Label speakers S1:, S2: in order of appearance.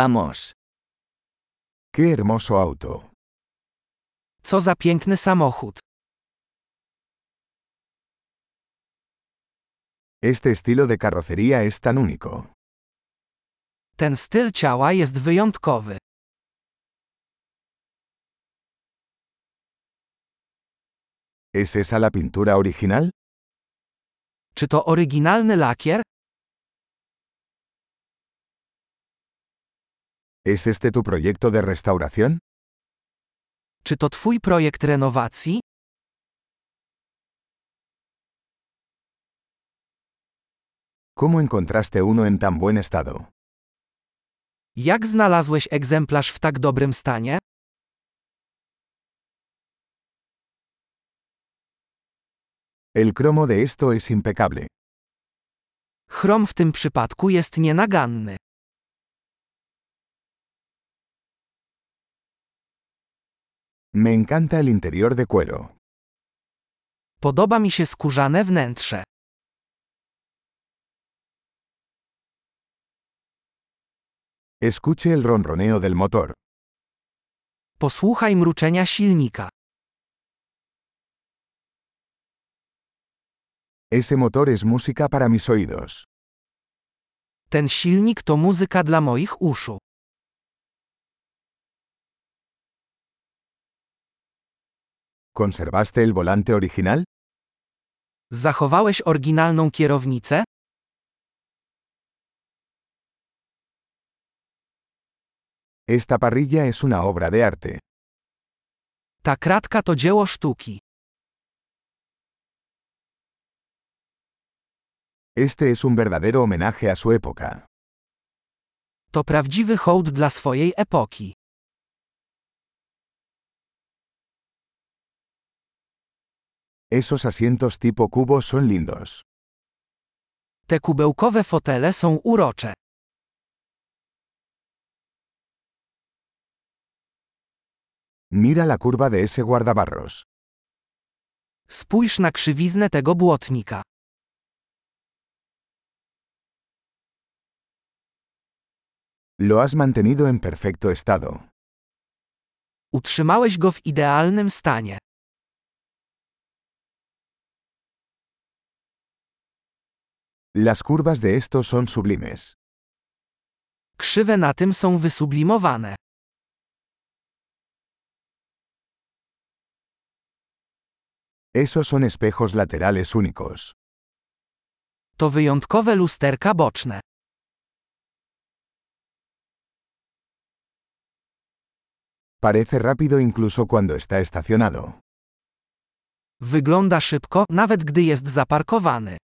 S1: Vamos.
S2: ¡Qué hermoso auto!
S1: Co za piękny samochód.
S2: Este estilo de carrocería es tan único.
S1: Ten styl ciała jest wyjątkowy.
S2: ¿Es esa la pintura original?
S1: Czy to oryginalny lakier?
S2: ¿Es este tu proyecto de restauración?
S1: Czy to Twój projekt renowacji?
S2: ¿Cómo encontraste uno en tan buen estado?
S1: Jak znalazłeś egzemplarz w tak dobrym stanie?
S2: El cromo de esto es impecable.
S1: Chrom w tym przypadku jest nienaganny.
S2: Me encanta el interior de cuero.
S1: Podoba mi się skórzane wnętrze.
S2: Escuche el ronroneo del motor.
S1: Posłuchaj mruczenia silnika.
S2: Ese motor es música para mis oídos.
S1: Ten silnik to muzyka dla moich uszu.
S2: ¿Conservaste el volante original?
S1: Zachowałeś oryginalną kierownicę?
S2: Esta parrilla es una obra de arte.
S1: Ta kratka to dzieło sztuki.
S2: Este es un verdadero homenaje a su época.
S1: To prawdziwy hołd dla swojej epoki.
S2: Esos asientos tipo cubo son lindos.
S1: Te kubełkowe fotele są urocze.
S2: Mira la curva de ese guardabarros.
S1: Spójrz na krzywiznę tego błotnika.
S2: Lo has mantenido en perfecto estado.
S1: Utrzymałeś go w idealnym stanie.
S2: Las curvas de estos son sublimes.
S1: Krzywe na tym są wysublimowane.
S2: Esos son espejos laterales únicos.
S1: To wyjątkowe lusterka boczne.
S2: Parece rápido incluso cuando está estacionado.
S1: Wygląda szybko, nawet gdy jest zaparkowany.